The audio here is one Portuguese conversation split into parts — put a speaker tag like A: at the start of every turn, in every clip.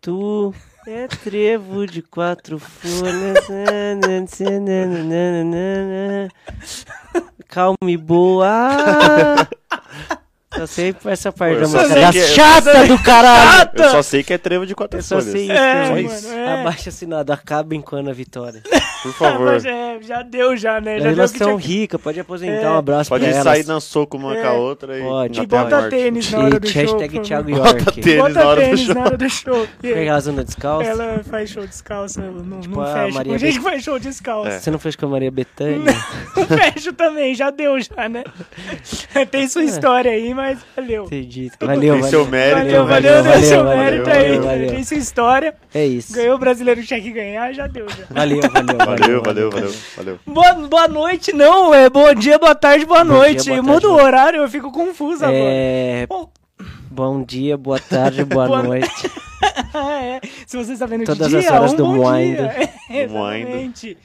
A: tu é trevo de quatro folhas. nananana, Calma e boa. Só sei por essa parte
B: Eu
A: da
B: só
A: música.
B: sei
A: Da
B: que-
A: chata do caralho.
B: Eu só sei que é trevo de quatro
A: Eu só
B: folhas.
A: sei isso.
B: Só
A: É,
B: isso.
A: mano, é. Abaixa assinado. Acabem quando a vitória.
B: Por
C: Ah,
B: favor.
C: mas é, já deu, já, né? Já
A: elas
C: deu o
A: são
C: que tinha
A: ricas. Pode aposentar.
C: É.
A: Um abraço
B: Pode
A: pra elas.
B: sair dando soco uma
C: É.
B: com a outra e.
A: Pode,
B: até
C: que
B: a
C: bota
B: morte.
C: tênis né? na hora do
A: E
C: show.
A: hashtag
C: por
A: Thiago
C: favor.
B: Bota
A: York.
B: tênis na
C: Bota
B: hora do
C: tênis
B: show.
C: na hora do show.
A: Pegar a zona descalça.
C: Ela faz show descalça, ela não,
A: Tipo
C: não
A: a
C: fecha.
A: Maria
C: Tem gente
A: Bet-
C: que faz show descalço.
A: Você não fez com a Maria Bethânia?
C: Não fecho também, já deu já, né? Tem
A: É.
C: sua história aí, mas valeu.
A: Entendi. Valeu,
B: Tem
A: valeu.
B: seu mérito,
C: Valeu,
B: né?
C: valeu, deu seu
A: valeu,
C: mérito
A: valeu,
C: aí.
A: valeu.
C: Tem sua história.
A: É isso.
C: Ganhou o brasileiro que tinha que ganhar, já deu já.
A: Valeu, valeu,
B: Valeu, valeu, valeu, valeu.
C: Boa, boa noite, não, é bom dia, boa tarde, boa
A: Bom
C: noite.
A: dia, boa
C: Muda
A: tarde,
C: o
A: boa-
C: horário, eu fico confuso agora.
A: É,
C: Bom,
A: bom dia, boa tarde, boa
C: Boa
A: noite.
C: é, se você está vendo de
A: Todas
C: dia,
A: as horas
C: um
A: do
C: bom
A: Moindo.
C: dia. É,
B: Do Moindo.
C: exatamente.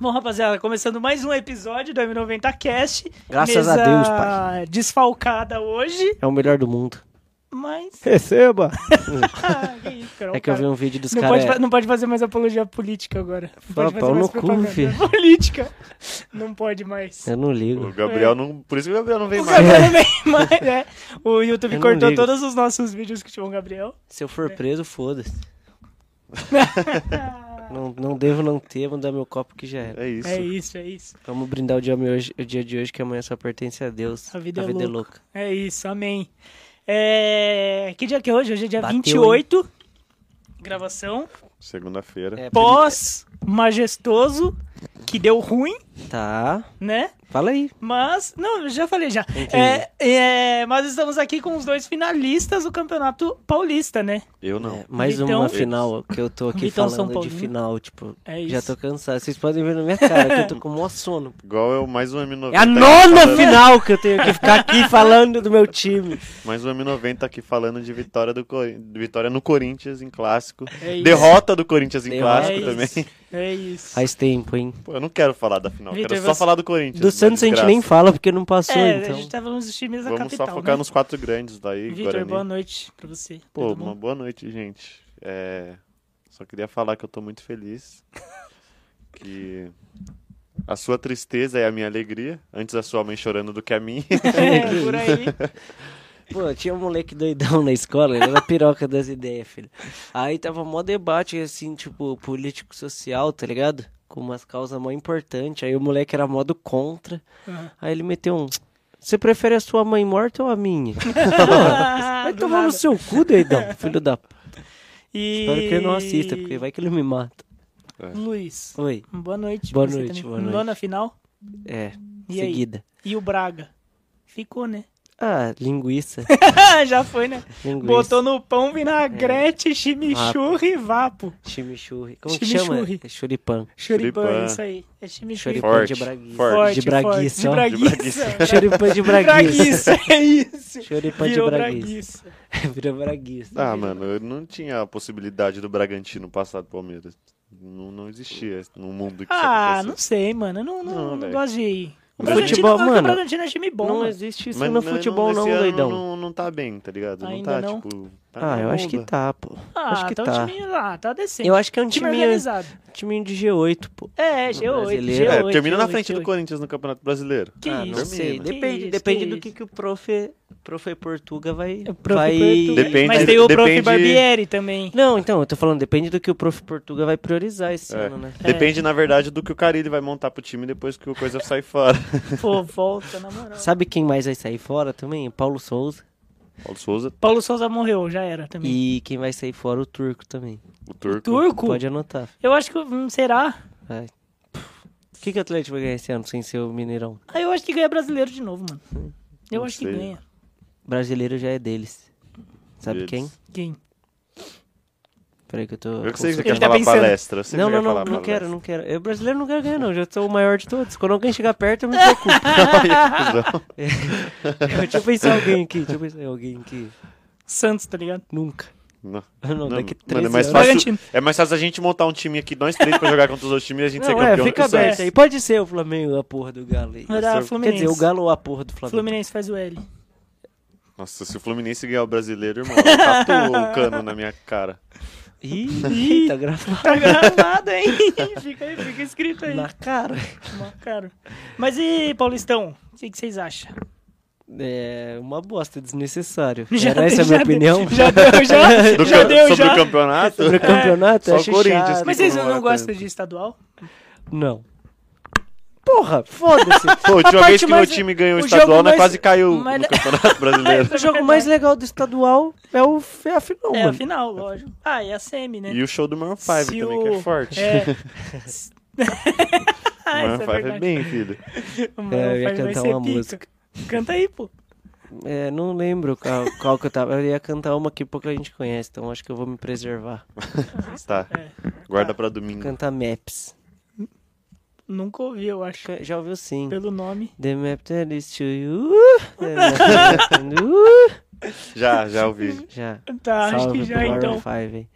C: Bom, rapaziada, começando mais um episódio do M90Cast.
A: Graças a
C: Mesa
A: Deus, pai.
C: desfalcada hoje,
A: É o melhor do mundo.
C: mas...
A: Receba!
C: Ah, que isso,
A: É
C: cara, o
A: que eu
C: cara-
A: vi um vídeo dos
C: Não pode, fa-
A: caras.
C: não pode fazer mais apologia política agora. Não
A: Fala,
C: pode fazer
A: pau
C: mais
A: no cu, filho.
C: propaganda política. Não pode mais.
A: Eu não
B: O
A: ligo.
B: Gabriel não. Por isso que o Gabriel não vem
C: É. O
B: mais.
C: Gabriel não vem mais, né? O YouTube
A: Eu não
C: cortou
A: ligo.
C: todos os nossos vídeos que tinham o Gabriel.
A: Se eu
C: É.
A: for preso, foda-se. Não, não devo não ter, vou dar meu copo que já era.
B: É isso.
C: É isso, é isso.
A: Vamos brindar o dia, meu- o dia de hoje, que amanhã só pertence a Deus.
C: A vida é louca.
A: louca.
C: É isso, amém. É, Que dia que é hoje? Hoje é dia
A: Bateu,
C: 28. Gravação.
B: Segunda-feira.
A: É,
C: Pós majestoso, que deu ruim,
A: Tá.
C: né?
A: Fala aí.
C: Mas, não, eu já falei já.
A: Entendi.
C: É, é, mas estamos aqui com os dois finalistas do Campeonato Paulista, né?
B: Eu não.
A: É, mais
C: Vitão.
A: uma final que eu tô aqui
C: Vitão São
A: falando de
C: Paulino.
A: final, tipo,
C: É isso.
A: já tô cansado. Vocês podem ver na minha cara que eu tô com o maior sono.
B: Igual eu, mais um M90.
A: É a
C: Tá
B: aqui
A: nona
B: falando-
A: final que eu tenho que ficar aqui falando do meu time.
B: Mais um M90 aqui falando de vitória, do Cori- de vitória no Corinthians em clássico.
C: É isso.
B: Derrota do Corinthians em
A: Derrota.
B: clássico
C: É isso.
B: também.
C: É isso.
A: Faz tempo, hein?
B: Pô, eu não quero falar da final,
C: Vitor,
B: quero só
C: você-
B: falar do Corinthians. né,
A: Do
B: da
A: Santos a gente
B: desgraça.
A: nem fala porque não passou,
C: É, a
A: então.
C: gente tá falando dos times da
B: Vamos
C: capital.
B: só focar
C: né?
B: nos quatro grandes daí,
C: Vitor,
B: Guarani.
C: boa noite pra você.
B: né?
C: Tá
B: Pô,
C: Todo mundo.
B: uma boa noite, gente. É, Só queria falar que eu tô muito feliz. que a sua tristeza é a minha alegria. Antes a sua mãe chorando do que a minha.
C: É, por aí.
A: Pô, tinha um moleque doidão na escola, ele era piroca das ideias, filho. Aí tava mó debate, assim, tipo, político-social, tá ligado? Com umas causas mó importantes. Aí o moleque era modo contra.
C: Aham.
A: Aí ele meteu um. Você prefere a sua mãe morta ou a minha?
C: Ah,
A: Vai
C: do
A: tomar no
C: nada.
A: seu cu, doidão, filho da. p-
C: E...
A: Espero que ele não assista, porque vai que ele me mata.
B: É.
C: Luiz,
A: Oi.
C: boa noite.
A: Boa
C: pra você
A: noite,
C: também.
A: boa noite.
C: Nona final
A: É,
C: E aí?
A: seguida.
C: e o Braga. Ficou, né?
A: Ah, linguiça.
C: Já foi, né?
A: linguiça.
C: Botou no pão
A: É.
C: vinagrete, chimichurri e vapo.
A: Chimichurri. Como que
C: Chimichurri.
A: chama? É churipan.
C: Churipan,
B: Churipan.
C: isso aí. É chimichurri.
A: Churipan
B: Forte,
A: de Braguiça.
B: forte.
C: Forte,
A: De Braguiça.
C: forte.
A: ó.
C: De
B: De
C: Braguiça.
A: Churipan de Braguiça.
C: Braguiça, é isso.
A: Churipan de
C: Virou
A: Braguiça.
C: Braguiça.
A: Virou Braguiça.
B: Ah, mano, eu não tinha a possibilidade do Bragantino passar do Palmeiras. Não, não existia no mundo que isso
C: Ah, não
B: acontecesse.
C: sei, mano. Eu não, não,
B: Não,
C: não
B: velho.
C: gosto de. O
A: O
C: Bragantino,
A: futebol,
C: é que o
A: mano,
C: Bragantino é time bom.
A: Não
C: mano.
A: existe isso
B: Mas
A: no
B: não-
A: futebol, não,
B: esse ano
A: doidão.
B: Não, não tá bem, tá ligado?
C: Ainda
B: não tá,
C: não?
B: tipo. tá
A: Ah,
B: na
A: eu acho que
B: bomba.
A: tá, pô.
C: Ah,
A: acho que
C: tá,
A: tá.
C: um time lá, tá decente.
A: Eu acho que é um
C: time
A: timinho,
C: organizado.
A: timinho de G8, pô.
C: É, G8, G8.
A: brasileiro.
B: É, termina na
C: G8,
B: frente do
C: G8.
B: Corinthians no Campeonato Brasileiro.
C: Que
A: ah, não
C: isso,
A: sei.
C: que
A: Depende,
C: isso,
A: depende do
C: isso.
A: que, que o profe, profe Portuga vai...
C: O prof
A: vai...
C: Portuga.
B: Depende-
C: Mas tem o prof
B: depende-
C: Barbieri também.
A: Não, então, eu tô falando, depende do que o prof Portuga vai priorizar esse
B: É.
A: ano, né?
B: Depende, na verdade, do que o Carilli vai montar pro time depois que o Coisa sai fora.
C: Pô, volta, na moral.
A: Sabe quem mais vai sair fora também? O Paulo Souza.
B: Paulo Souza,
C: Paulo Souza morreu, já era também.
A: E quem vai sair fora? O Turco também.
B: o Turco.
C: Turco?
A: Pode anotar.
C: Eu acho que. hum, será?
A: Vai. O que, que o Atlético vai ganhar esse ano sem ser o Mineirão?
C: Ah, eu acho que ganha brasileiro de novo, mano. Eu
B: Não
C: acho
B: sei.
C: que ganha.
A: Brasileiro já é deles. Sabe
B: Deles.
A: quem?
C: Quem?
A: Peraí que eu tô...
B: Eu que sei que você
C: Ele
B: quer
C: tá
B: falar
C: pensando.
B: palestra. eu sei que
A: não,
B: você
A: não,
B: quer
A: não,
B: falar
A: não
B: palestra.
A: quero, não quero. Eu brasileiro não quero ganhar, não. Eu Já sou o maior de todos. Quando alguém chegar perto, eu me preocupo.
B: Olha que cuzão.
A: deixa eu pensar em alguém aqui. Deixa eu pensar em alguém que
C: Santos, tá ligado?
A: nunca. Ah,
B: Não.
A: Não,
B: Não,
A: daqui
B: mano,
A: 13
B: é
A: anos.
B: mais fácil,
C: Bragantino.
B: é mais fácil a gente montar um time aqui, nós três, pra jogar contra os outros times e a gente ser
A: Não,
B: campeão.
A: é, fica
B: Eu sei.
A: aberto aí. Pode ser o Flamengo a porra do Galo aí.
C: Vai dar
B: Quer
C: é Fluminense.
A: Quer dizer, o Galo ou a porra do Flamengo.
C: Fluminense faz o L.
B: Nossa, se o Fluminense ganhar o brasileiro, irmão, eu tatuo o cano na minha cara.
A: Ih, tá gravado
C: Tá gravado, hein? fica aí, fica escrito aí.
A: na cara.
C: Mó caro. Mas e, Paulistão? O que que vocês acham?
A: É uma bosta, é desnecessário.
C: Já
A: Era
C: deu-
A: essa a minha
C: já deu-
A: opinião?
C: Já deu, já.
B: Do
C: já
B: can-
C: deu,
B: sobre
C: já.
B: o campeonato?
A: Sobre o campeonato,
B: Só
A: eu
B: o
A: achei
B: Corinthians
A: chato.
B: que
C: Mas vocês não
B: comemora
C: gostam
B: tanto.
C: de estadual?
A: Não. Porra, foda-se.
B: Pô, a última
C: parte
B: vez que
C: mais-
B: meu time ganhou
C: o
B: o
C: jogo
B: estadual, nós
C: mais-
B: quase caiu
C: mas-
B: no Campeonato Brasileiro.
A: o jogo mais legal do estadual é, o, é a final,
C: É, a
A: mano.
C: final, lógico. Ah, e a semi, né?
B: E o show do Maroon 5
C: Se
B: também,
C: o-
B: que é forte.
C: É.
B: o
C: Ah,
B: Maroon
C: isso
B: 5
C: é
B: é
C: verdade.
B: bem, filho.
A: É, eu
C: O
A: ia
C: Maroon five vai
A: cantar
C: ser
A: uma
C: pica.
A: música.
C: Canta aí, pô.
A: É, não lembro qual, qual que eu tava. Eu ia cantar uma que pouca gente conhece, então acho que eu vou me preservar.
B: Tá,
C: É.
B: guarda pra domingo.
A: Cantar Maps.
C: Nunca ouvi, eu acho.
A: Ca- Já ouviu sim.
C: Pelo nome.
A: The map that is to you. The map that is to you.
B: Já, é já ouvi.
A: Já.
C: Tá, acho
A: Salve
C: que já,
A: pro Maroon
C: então.
A: 5, hein.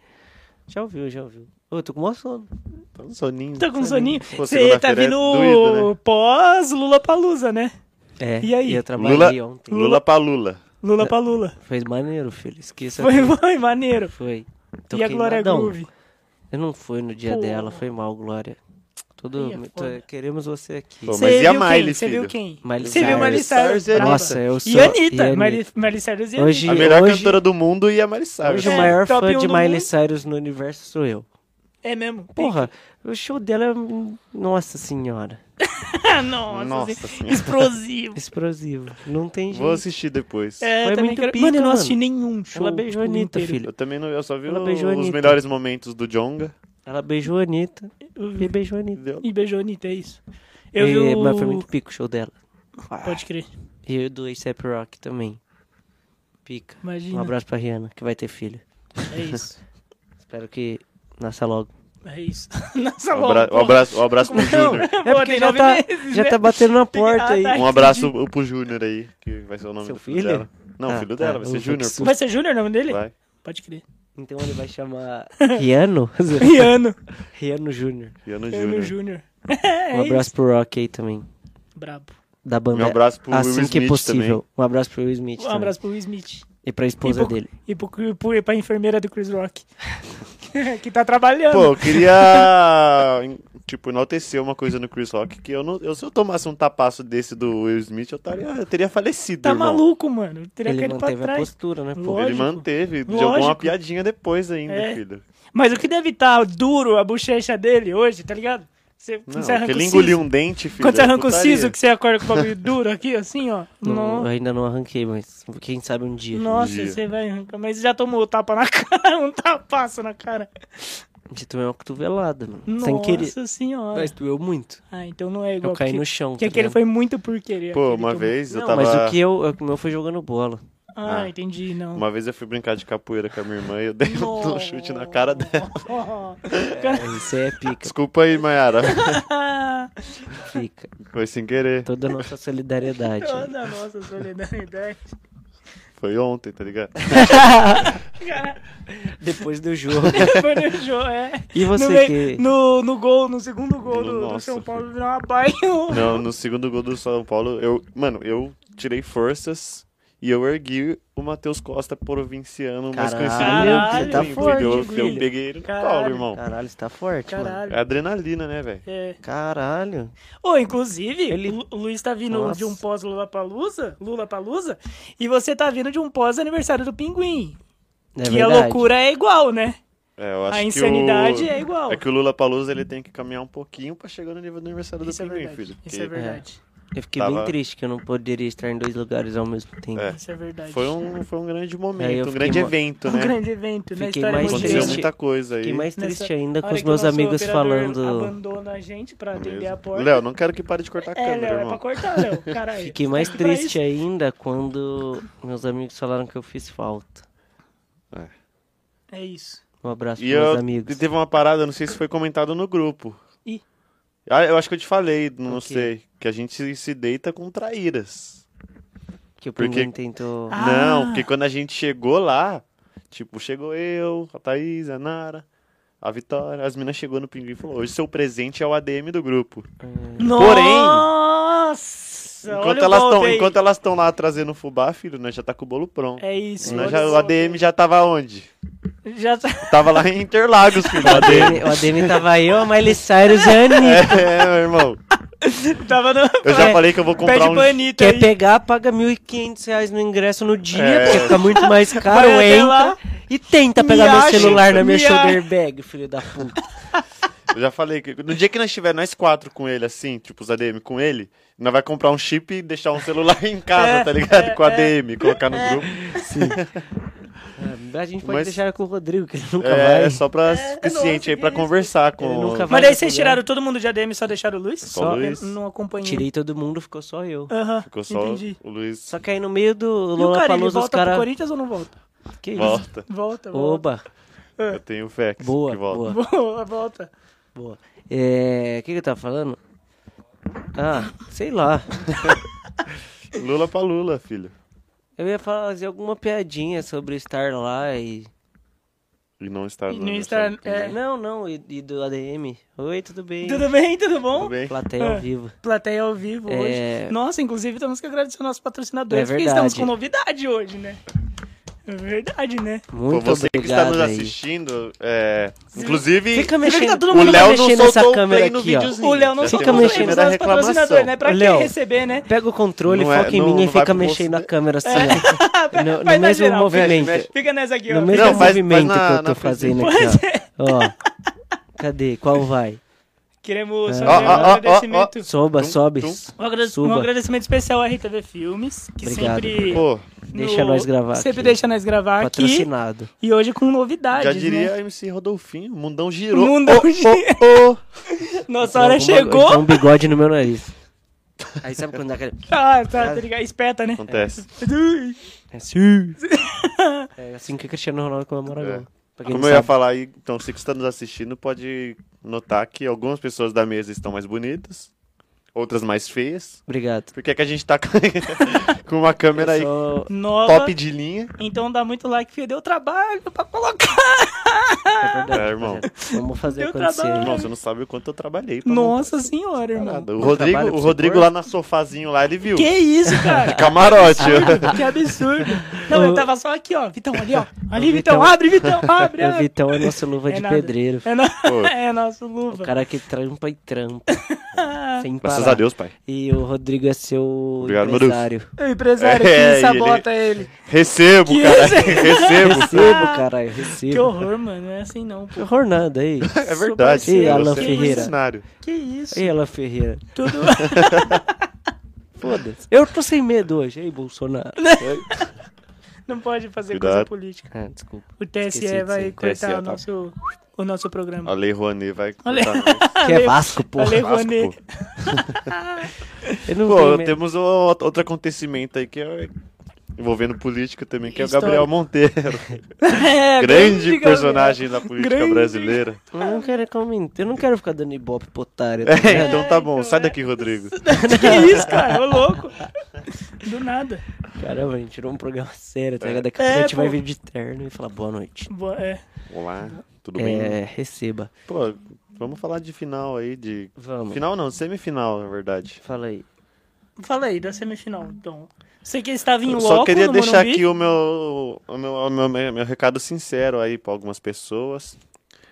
A: Já ouviu, já ouviu. Ô, eu tô com mó sono.
B: Tá um soninho.
C: Tá com soninho.
B: Pô,
C: Você tá
B: segunda-feira é
C: vindo
B: doído, né?
C: pós Lula Palusa, né?
A: É,
C: E aí?
A: eu trabalhei
B: Lula,
A: ontem.
B: Lula pra Lula.
A: É.
C: Lula pra Lula.
A: Foi maneiro, filho. Esqueça.
C: Foi,
A: tudo.
C: foi maneiro.
A: Foi. Tá Tô
C: E a Glória
A: queimadão.
C: Groove.
A: Eu não fui no dia
C: Pô.
A: dela, foi mal, Glória. Tudo,
C: Aí é
A: me- tô-
C: foda.
A: queremos você aqui.
B: Pô,
C: Cê
B: mas e a
C: viu quem?
B: Miley,
C: Cê viu
B: filho?
C: quem?
A: Miley
C: Você viu
A: Cyrus.
C: Miley Cyrus?
B: Cyrus e
C: brava.
A: Nossa, eu sou.
C: E Anitta.
A: e Anitta.
C: Miley, Miley Cyrus e Anitta.
A: Hoje-
B: A melhor
A: hoje-
B: cantora do mundo e a Miley Cyrus.
A: Hoje o
C: É,
A: maior
C: top
A: fã
C: um
A: de
C: do
A: Miley
C: mundo.
A: Cyrus no universo sou eu.
C: É mesmo?
A: Porra, o show dela é. um- Nossa senhora.
C: Ah, nossa.
B: Nossa
C: assim,
B: senhora.
C: Explosivo.
A: Explosivo. Não tem jeito.
B: Vou assistir depois.
C: É,
A: Foi
C: também
A: muito
C: quero-
A: pica,
C: Mano, eu não
A: mano.
C: assisti nenhum
B: é um
C: show.
A: Ela beijou a
C: tipo,
A: Anitta,
C: inteiro.
A: filho.
B: Eu também não, eu só vi
A: Ela
B: o-
A: beijou a
B: os
A: Anitta.
B: melhores momentos do Jonga.
A: Ela beijou a Anitta e beijou a Anitta.
B: Entendeu?
C: E beijou a Anitta, é isso. Eu
A: E-
C: vi o...
A: Mas foi muito pico o show dela.
C: Pode crer.
A: E eu do Ace Rock também. Pica.
C: Imagina.
A: Um abraço pra Rihanna, que vai ter filho.
C: É isso.
A: Espero que nasça logo.
C: É isso. Nossa,
B: Um abra- um abraço, um abraço pro Júnior.
A: É porque já tá, já
C: Né?
A: tá batendo na porta
C: Ah,
A: aí.
C: tá.
B: Um abraço pro Júnior aí, que vai ser o nome
A: Seu
B: do filho,
A: filho?
B: dela. Não,
A: Ah,
B: filho
A: tá.
B: dela, vai
A: Eu
B: ser
A: vou que
B: Júnior.
A: susto.
C: Vai ser Júnior o nome dele?
B: Vai.
C: Pode crer.
A: Então ele vai chamar Riano?
C: Riano.
A: Riano Júnior.
B: Piano Júnior.
C: Riano Júnior. É
A: Um abraço
C: isso.
A: pro Rock aí também.
C: Brabo.
A: Da banda.
B: Um abraço pro
A: assim
B: Will
A: que
B: Smith
A: possível. Um abraço pro Will Smith.
C: Um
A: também.
C: abraço pro Will Smith.
A: E pra esposa
C: E pro-
A: dele.
C: E, pro, pro, e pra enfermeira do Chris Rock. que tá trabalhando.
B: Pô, eu queria, em- tipo, enaltecer uma coisa no Chris Rock, que eu não, eu, se eu tomasse um tapaço desse do Will Smith, eu, taria, eu teria falecido,
C: tá
B: irmão.
C: maluco, mano. Teria que
A: Ele
C: ele pra
A: manteve a
C: trás.
A: postura, né? Pô?
C: Lógico.
B: Ele manteve, jogou
C: Lógico.
B: uma piadinha depois ainda,
C: É.
B: filho.
C: Mas o que deve estar duro a bochecha dele hoje, tá ligado? Você, quando
B: Não,
C: você arranca
B: que ele
C: o
B: engoliu
C: siso-
B: um dente, filho.
C: Quando você
B: é
C: arranca o
B: putaria.
C: siso, que você acorda com o bagulho duro aqui, assim, ó.
A: Não,
C: No-
A: eu ainda não arranquei, mas quem sabe um dia.
C: Nossa,
B: dia.
C: você vai arrancar. Mas já tomou tapa na cara, um tapaço na cara.
A: De tomar uma cotovelada, mano. Sem
C: Nossa
A: querer.
C: senhora.
A: Mas doeu muito.
C: Ah, então não é igual.
A: Eu caí
C: que-
A: no chão.
C: Que
A: tá
C: aquele
A: ligado?
C: foi muito por querer.
B: Pô,
C: aquele
B: uma
C: tomou-
B: vez eu
A: Não,
B: tava...
A: mas o que eu. O meu foi jogando bola.
C: Ah,
B: Ah.
C: entendi, não.
B: Uma vez eu fui brincar de capoeira com a minha irmã e eu dei um chute na cara dela.
A: Aí você é pica,
B: Desculpa aí, Mayara.
A: pica.
B: Foi sem querer.
A: Toda a nossa solidariedade.
C: Toda a nossa solidariedade.
B: Foi ontem, tá ligado?
C: Cara,
A: Depois do jogo.
C: planejou, é.
A: E você
C: no, meio-
A: que.
C: no, no gol, no segundo gol do, do
B: Nossa.
C: São Paulo, virou uma baia.
B: Não, no segundo gol do São Paulo, eu. Mano, eu tirei forças e eu ergui o Matheus Costa provinciano mais
A: Caralho,
B: conhecido
C: você tá
B: entendeu?
A: forte,
B: eu,
A: filho.
B: eu peguei ele no colo,
C: Caralho.
B: irmão.
A: Caralho, você tá forte, mano.
B: É
C: Caralho.
B: adrenalina, né, velho?
C: É.
A: Caralho.
C: Ô, inclusive,
A: Ele-
C: o Lu- o Luiz tá vindo
A: Nossa.
C: de um pós Lula Palusa, Lula Palusa, e você tá vindo de um pós aniversário do Pinguim.
A: É
C: que
A: verdade.
C: a loucura é igual, né?
B: É, eu acho
C: a
B: que
C: insanidade
B: o-
C: é igual.
B: É que o Lula Palusa ele tem que caminhar um pouquinho pra chegar no nível do aniversário
C: Isso é
B: do Pinguim,
C: verdade.
B: filho.
C: Isso
B: Que
C: é verdade.
A: Eu fiquei bem
B: Tava-
A: triste que eu não poderia estar em dois lugares ao mesmo tempo.
B: É.
C: Isso é verdade.
B: Foi um, foi um grande
A: Aí É, eu
B: momento, um
A: fiquei
B: grande
A: mo-
B: evento,
C: um
B: né?
C: grande evento na
A: Fiquei
C: história
A: mais
C: mundial.
B: Aconteceu
A: triste.
B: muita coisa aí.
A: Fiquei mais triste
C: Nessa-
A: ainda
C: a
A: com
C: hora
A: os
C: que o
A: meus
C: nosso
A: amigos
C: operador
A: falando.
C: Abandona a gente pra
B: mesmo.
C: atender a porta.
B: Léo, não quero que pare de cortar a
C: é,
B: câmera,
C: Léo, é
B: irmão.
C: pra cortar, Léo. Caralho.
A: Fiquei mais triste ainda quando meus amigos falaram que eu fiz falta.
C: É isso.
A: Um abraço
B: E
A: pros meus
B: eu-
A: amigos.
B: teve uma parada, não sei se foi comentado no grupo.
C: Ih.
B: Ah, eu acho que eu te falei, não
A: O quê?
B: sei. Que a gente se- se deita com traíras.
A: Que o
B: porque-
A: Pinguim tentou.
C: Ah.
B: Não, porque quando a gente chegou lá, tipo, chegou eu, a Thaís, a Nara, a Vitória, as minas chegou no Pinguim e falou, hoje seu presente é o ADM do grupo.
C: Nossa! Nossa,
B: Enquanto
C: olha
B: elas,
C: o
B: tão,
C: gol dele.
B: enquanto elas estão lá trazendo fubá, filho, nós já tá com o bolo pronto.
C: É isso.
B: Nós
C: olha
B: já-
C: só.
B: o ADM já tava onde?
C: Já tá...
B: Tava lá em Interlagos, filho. O ADM.
A: O ADM tava eu, a Miley Cyrus e a Anitta.
B: é, meu irmão.
C: tava no...
B: Eu já falei que eu vou comprar
C: É, Pede
B: um.
C: pra Anitta
A: Quer
C: aí.
A: pegar, paga 1.500 reais no ingresso no dia,
B: É.
A: porque fica muito mais caro,
C: Vai até
A: entra
C: lá.
A: e tenta
C: Me
A: pegar meu
C: acha,
A: celular na minha
C: me acha.
A: shoulder bag, filho da puta.
B: Eu já falei que no dia que nós tiver nós quatro com ele, assim, tipo os ADM com ele, nós vai comprar um chip e deixar um celular em casa,
C: É,
B: tá ligado?
C: é,
B: com o ADM, colocar no grupo.
A: Ah, A gente pode
B: Mas-
A: deixar com o Rodrigo, que ele nunca
B: É,
A: vai.
B: é só pra
C: nossa,
B: suficiente aí
C: que
B: pra
C: isso.
B: conversar com.
A: Ele nunca vai.
C: Mas daí vocês
A: Vai
C: tiraram todo mundo de ADM e só deixaram o Luiz?
B: Só o Luiz.
C: Eu Não acompanhei.
A: Tirei todo mundo, ficou só eu.
C: Aham,
B: Ficou só
C: entendi.
B: o Luiz
A: Só que aí no meio do
C: E o
A: Lola
C: cara, ele
A: Palusa, os
C: volta pro
A: caras.
C: Corinthians ou não volta?
A: Que isso?
B: volta.
C: Volta, volta.
A: Oba,
B: Eu tenho fé que
A: Boa,
B: que volta.
A: boa.
C: Boa, volta.
A: boa. É. O que que eu tava falando? Ah, sei lá.
B: Lula pra Lula, filho.
A: Eu ia fazer alguma piadinha sobre estar lá e.
B: E não está
C: E
B: Lula,
C: no
B: não
C: Insta-
B: sabe quem
C: É.
A: Não, não, e, e do ADM. Oi, tudo bem?
C: Tudo bem, É. tudo bom?
B: Tudo bem?
A: Plateia ao vivo.
C: Plateia ao vivo
A: É.
C: hoje. Nossa, inclusive temos que agradecer aos nossos patrocinadores,
A: É
C: porque estamos
A: verdade.
C: com novidade hoje, né? É verdade, né?
B: Pô,
A: Muito
B: você que está
A: obrigado
B: nos
A: aí.
B: assistindo, é, inclusive
A: Fica
C: Você vê que tá
A: mexendo.
C: todo
B: o
C: mundo
B: Léo não
A: mexendo nessa
B: soltou o
A: câmera
B: play no
A: aqui, ó.
B: videozinho.
C: O Léo não
B: Já
A: Fica
B: temos
A: mexendo.
B: o primeiro
A: Só
B: da
C: os patrocinadores,
B: reclamação.
C: né? Pra
A: Léo.
C: quem receber, né?
A: Pega o controle,
B: Não é-
A: foca em
B: não-
A: mim e
B: não vai
A: fica
B: pro
A: mexendo
B: bolso,
A: a
B: né?
A: câmera assim, ó. No- no
C: Ah, Vai na
A: mesmo
C: geral,
A: movimento.
B: mexe, mexe.
C: Fica nessa aqui, ó.
A: No mesmo
B: Não, faz- faz
A: movimento
B: na-
A: que eu tô
B: na
A: fazendo aqui,
C: Pois é.
A: ó. ó. Cadê? Qual vai?
C: Queremos
A: É.
C: fazer
B: Ó,
C: um
B: ó, ó, ó, ó.
C: agradecimento.
A: Soba,
B: Tum,
A: sobe.
B: tum.
C: Um, agrade- um
A: Suba.
C: agradecimento especial à RTV Filmes, que
A: Obrigado.
C: sempre.
B: Pô,
C: no-
A: Deixa nós gravar
C: Sempre
A: aqui.
C: deixa nós gravar aqui.
A: Patrocinado.
C: E hoje com novidades.
B: já
C: né?
B: diria MC Rodolfinho, o mundão girou.
C: Mundão
B: Ô, ô,
C: girou.
B: ô.
C: né? Nossa hora
A: Alguma-
C: chegou.
A: então um bigode no meu nariz. Aí sabe quando dá aquele...
C: Ah, tá, tá ligado? Espeta, né?
B: Acontece.
C: Ui.
A: É assim, é assim que Cristiano Ronaldo comemora
B: É.
A: gol. Pra quem
B: Como
A: não
B: eu ia
A: sabe.
B: falar aí, então, você que está nos assistindo pode notar que algumas pessoas da mesa estão mais bonitas, outras mais feias.
A: Obrigado.
B: Porque é que a gente tá com com uma câmera aí
A: Eu sou-
C: Nova.
B: top de linha.
C: Então dá muito like, porque deu trabalho pra
B: Tá
C: colocar.
A: É verdade,
B: É, irmão.
A: rapaziada. Vamos fazer
C: Deu
A: acontecer.
C: trabalho.
B: Irmão, você não sabe o quanto eu trabalhei. pra
C: Nossa senhora,
B: montar
C: irmão.
B: nada. O
A: Dá
B: Rodrigo,
A: trabalho pra
B: o
A: você
B: Rodrigo
A: pôr?
B: lá na sofazinho lá, ele viu.
C: Que Ah, isso, cara?
B: Camarote.
C: que absurdo. Não, eu tava só aqui, ó. Vitão, ali, ó. Ali,
A: O
C: Vitão,
A: Vitão.
C: abre, Vitão, abre.
A: O
C: abre.
A: Vitão é nossa luva
C: É
A: de
C: nada.
A: pedreiro.
C: É, no...
B: Pô.
C: é nosso
A: O
C: luva.
A: cara que trampa e trampa. sem parar.
B: Graças a Deus, pai.
A: E o Rodrigo é seu
B: Obrigado, meu Deus.
A: empresário.
C: É O empresário
B: É,
C: que
B: e
C: sabota ele.
B: Recebo,
C: Que
B: cara. Recebo.
A: Recebo, caralho, recebo.
C: Que horror, mano. Não é assim não,
A: Ah! Que
C: pô.
A: horror nada aí.
B: É verdade.
A: Ih,
B: cara,
A: Alan
B: você é um
A: Ferreira.
B: cenário.
C: Que isso?
A: E ela Ferreira.
C: É, Tudo...
A: Foda-se. Eu tô sem medo hoje, ei, Bolsonaro.
C: não pode fazer coisa
B: Cuidado.
C: política.
A: Ah, desculpa.
C: O TSE
A: Esqueci de
C: vai
A: dizer.
C: cortar
B: TSE,
C: o,
B: tá.
C: nosso, o nosso programa.
B: A Lei Rouanet vai
C: Olha.
B: cortar nós.
A: Que é Vasco, porra.
C: Lei
B: Vasco,
C: Rouanet.
B: pô.
A: Eu não tenho
B: Pô,
A: medo.
B: temos o- outro acontecimento aí que é envolvendo política também, que é o
C: História.
B: Gabriel Monteiro.
C: É,
B: Grande
C: galera.
B: personagem da política
C: Grande.
B: brasileira.
A: Eu não quero comentar. Eu não quero ficar dando ibope pro otário. tá
B: É,
A: ligado?
B: então tá bom,
C: então
B: sai
C: é.
B: daqui, Rodrigo.
C: Que isso, cara? Ô louco. Do nada.
A: Caramba, a gente tirou um programa sério, tá ligado? Daqui a
C: É,
A: pouco a gente
C: pô.
A: vai vir de terno e falar boa noite.
C: Boa, é.
B: Olá, tudo bem?
A: É, receba.
B: Pô, vamos falar de final aí, de.
A: Vamos.
B: Final não, semifinal, na verdade.
A: Fala aí.
C: Fala aí, da semifinal, então. Você que estava em
B: Eu
C: loco
B: Só queria
C: no
B: deixar
C: Morumbi.
B: aqui o meu, o meu, o meu, meu, meu recado sincero aí pra algumas pessoas.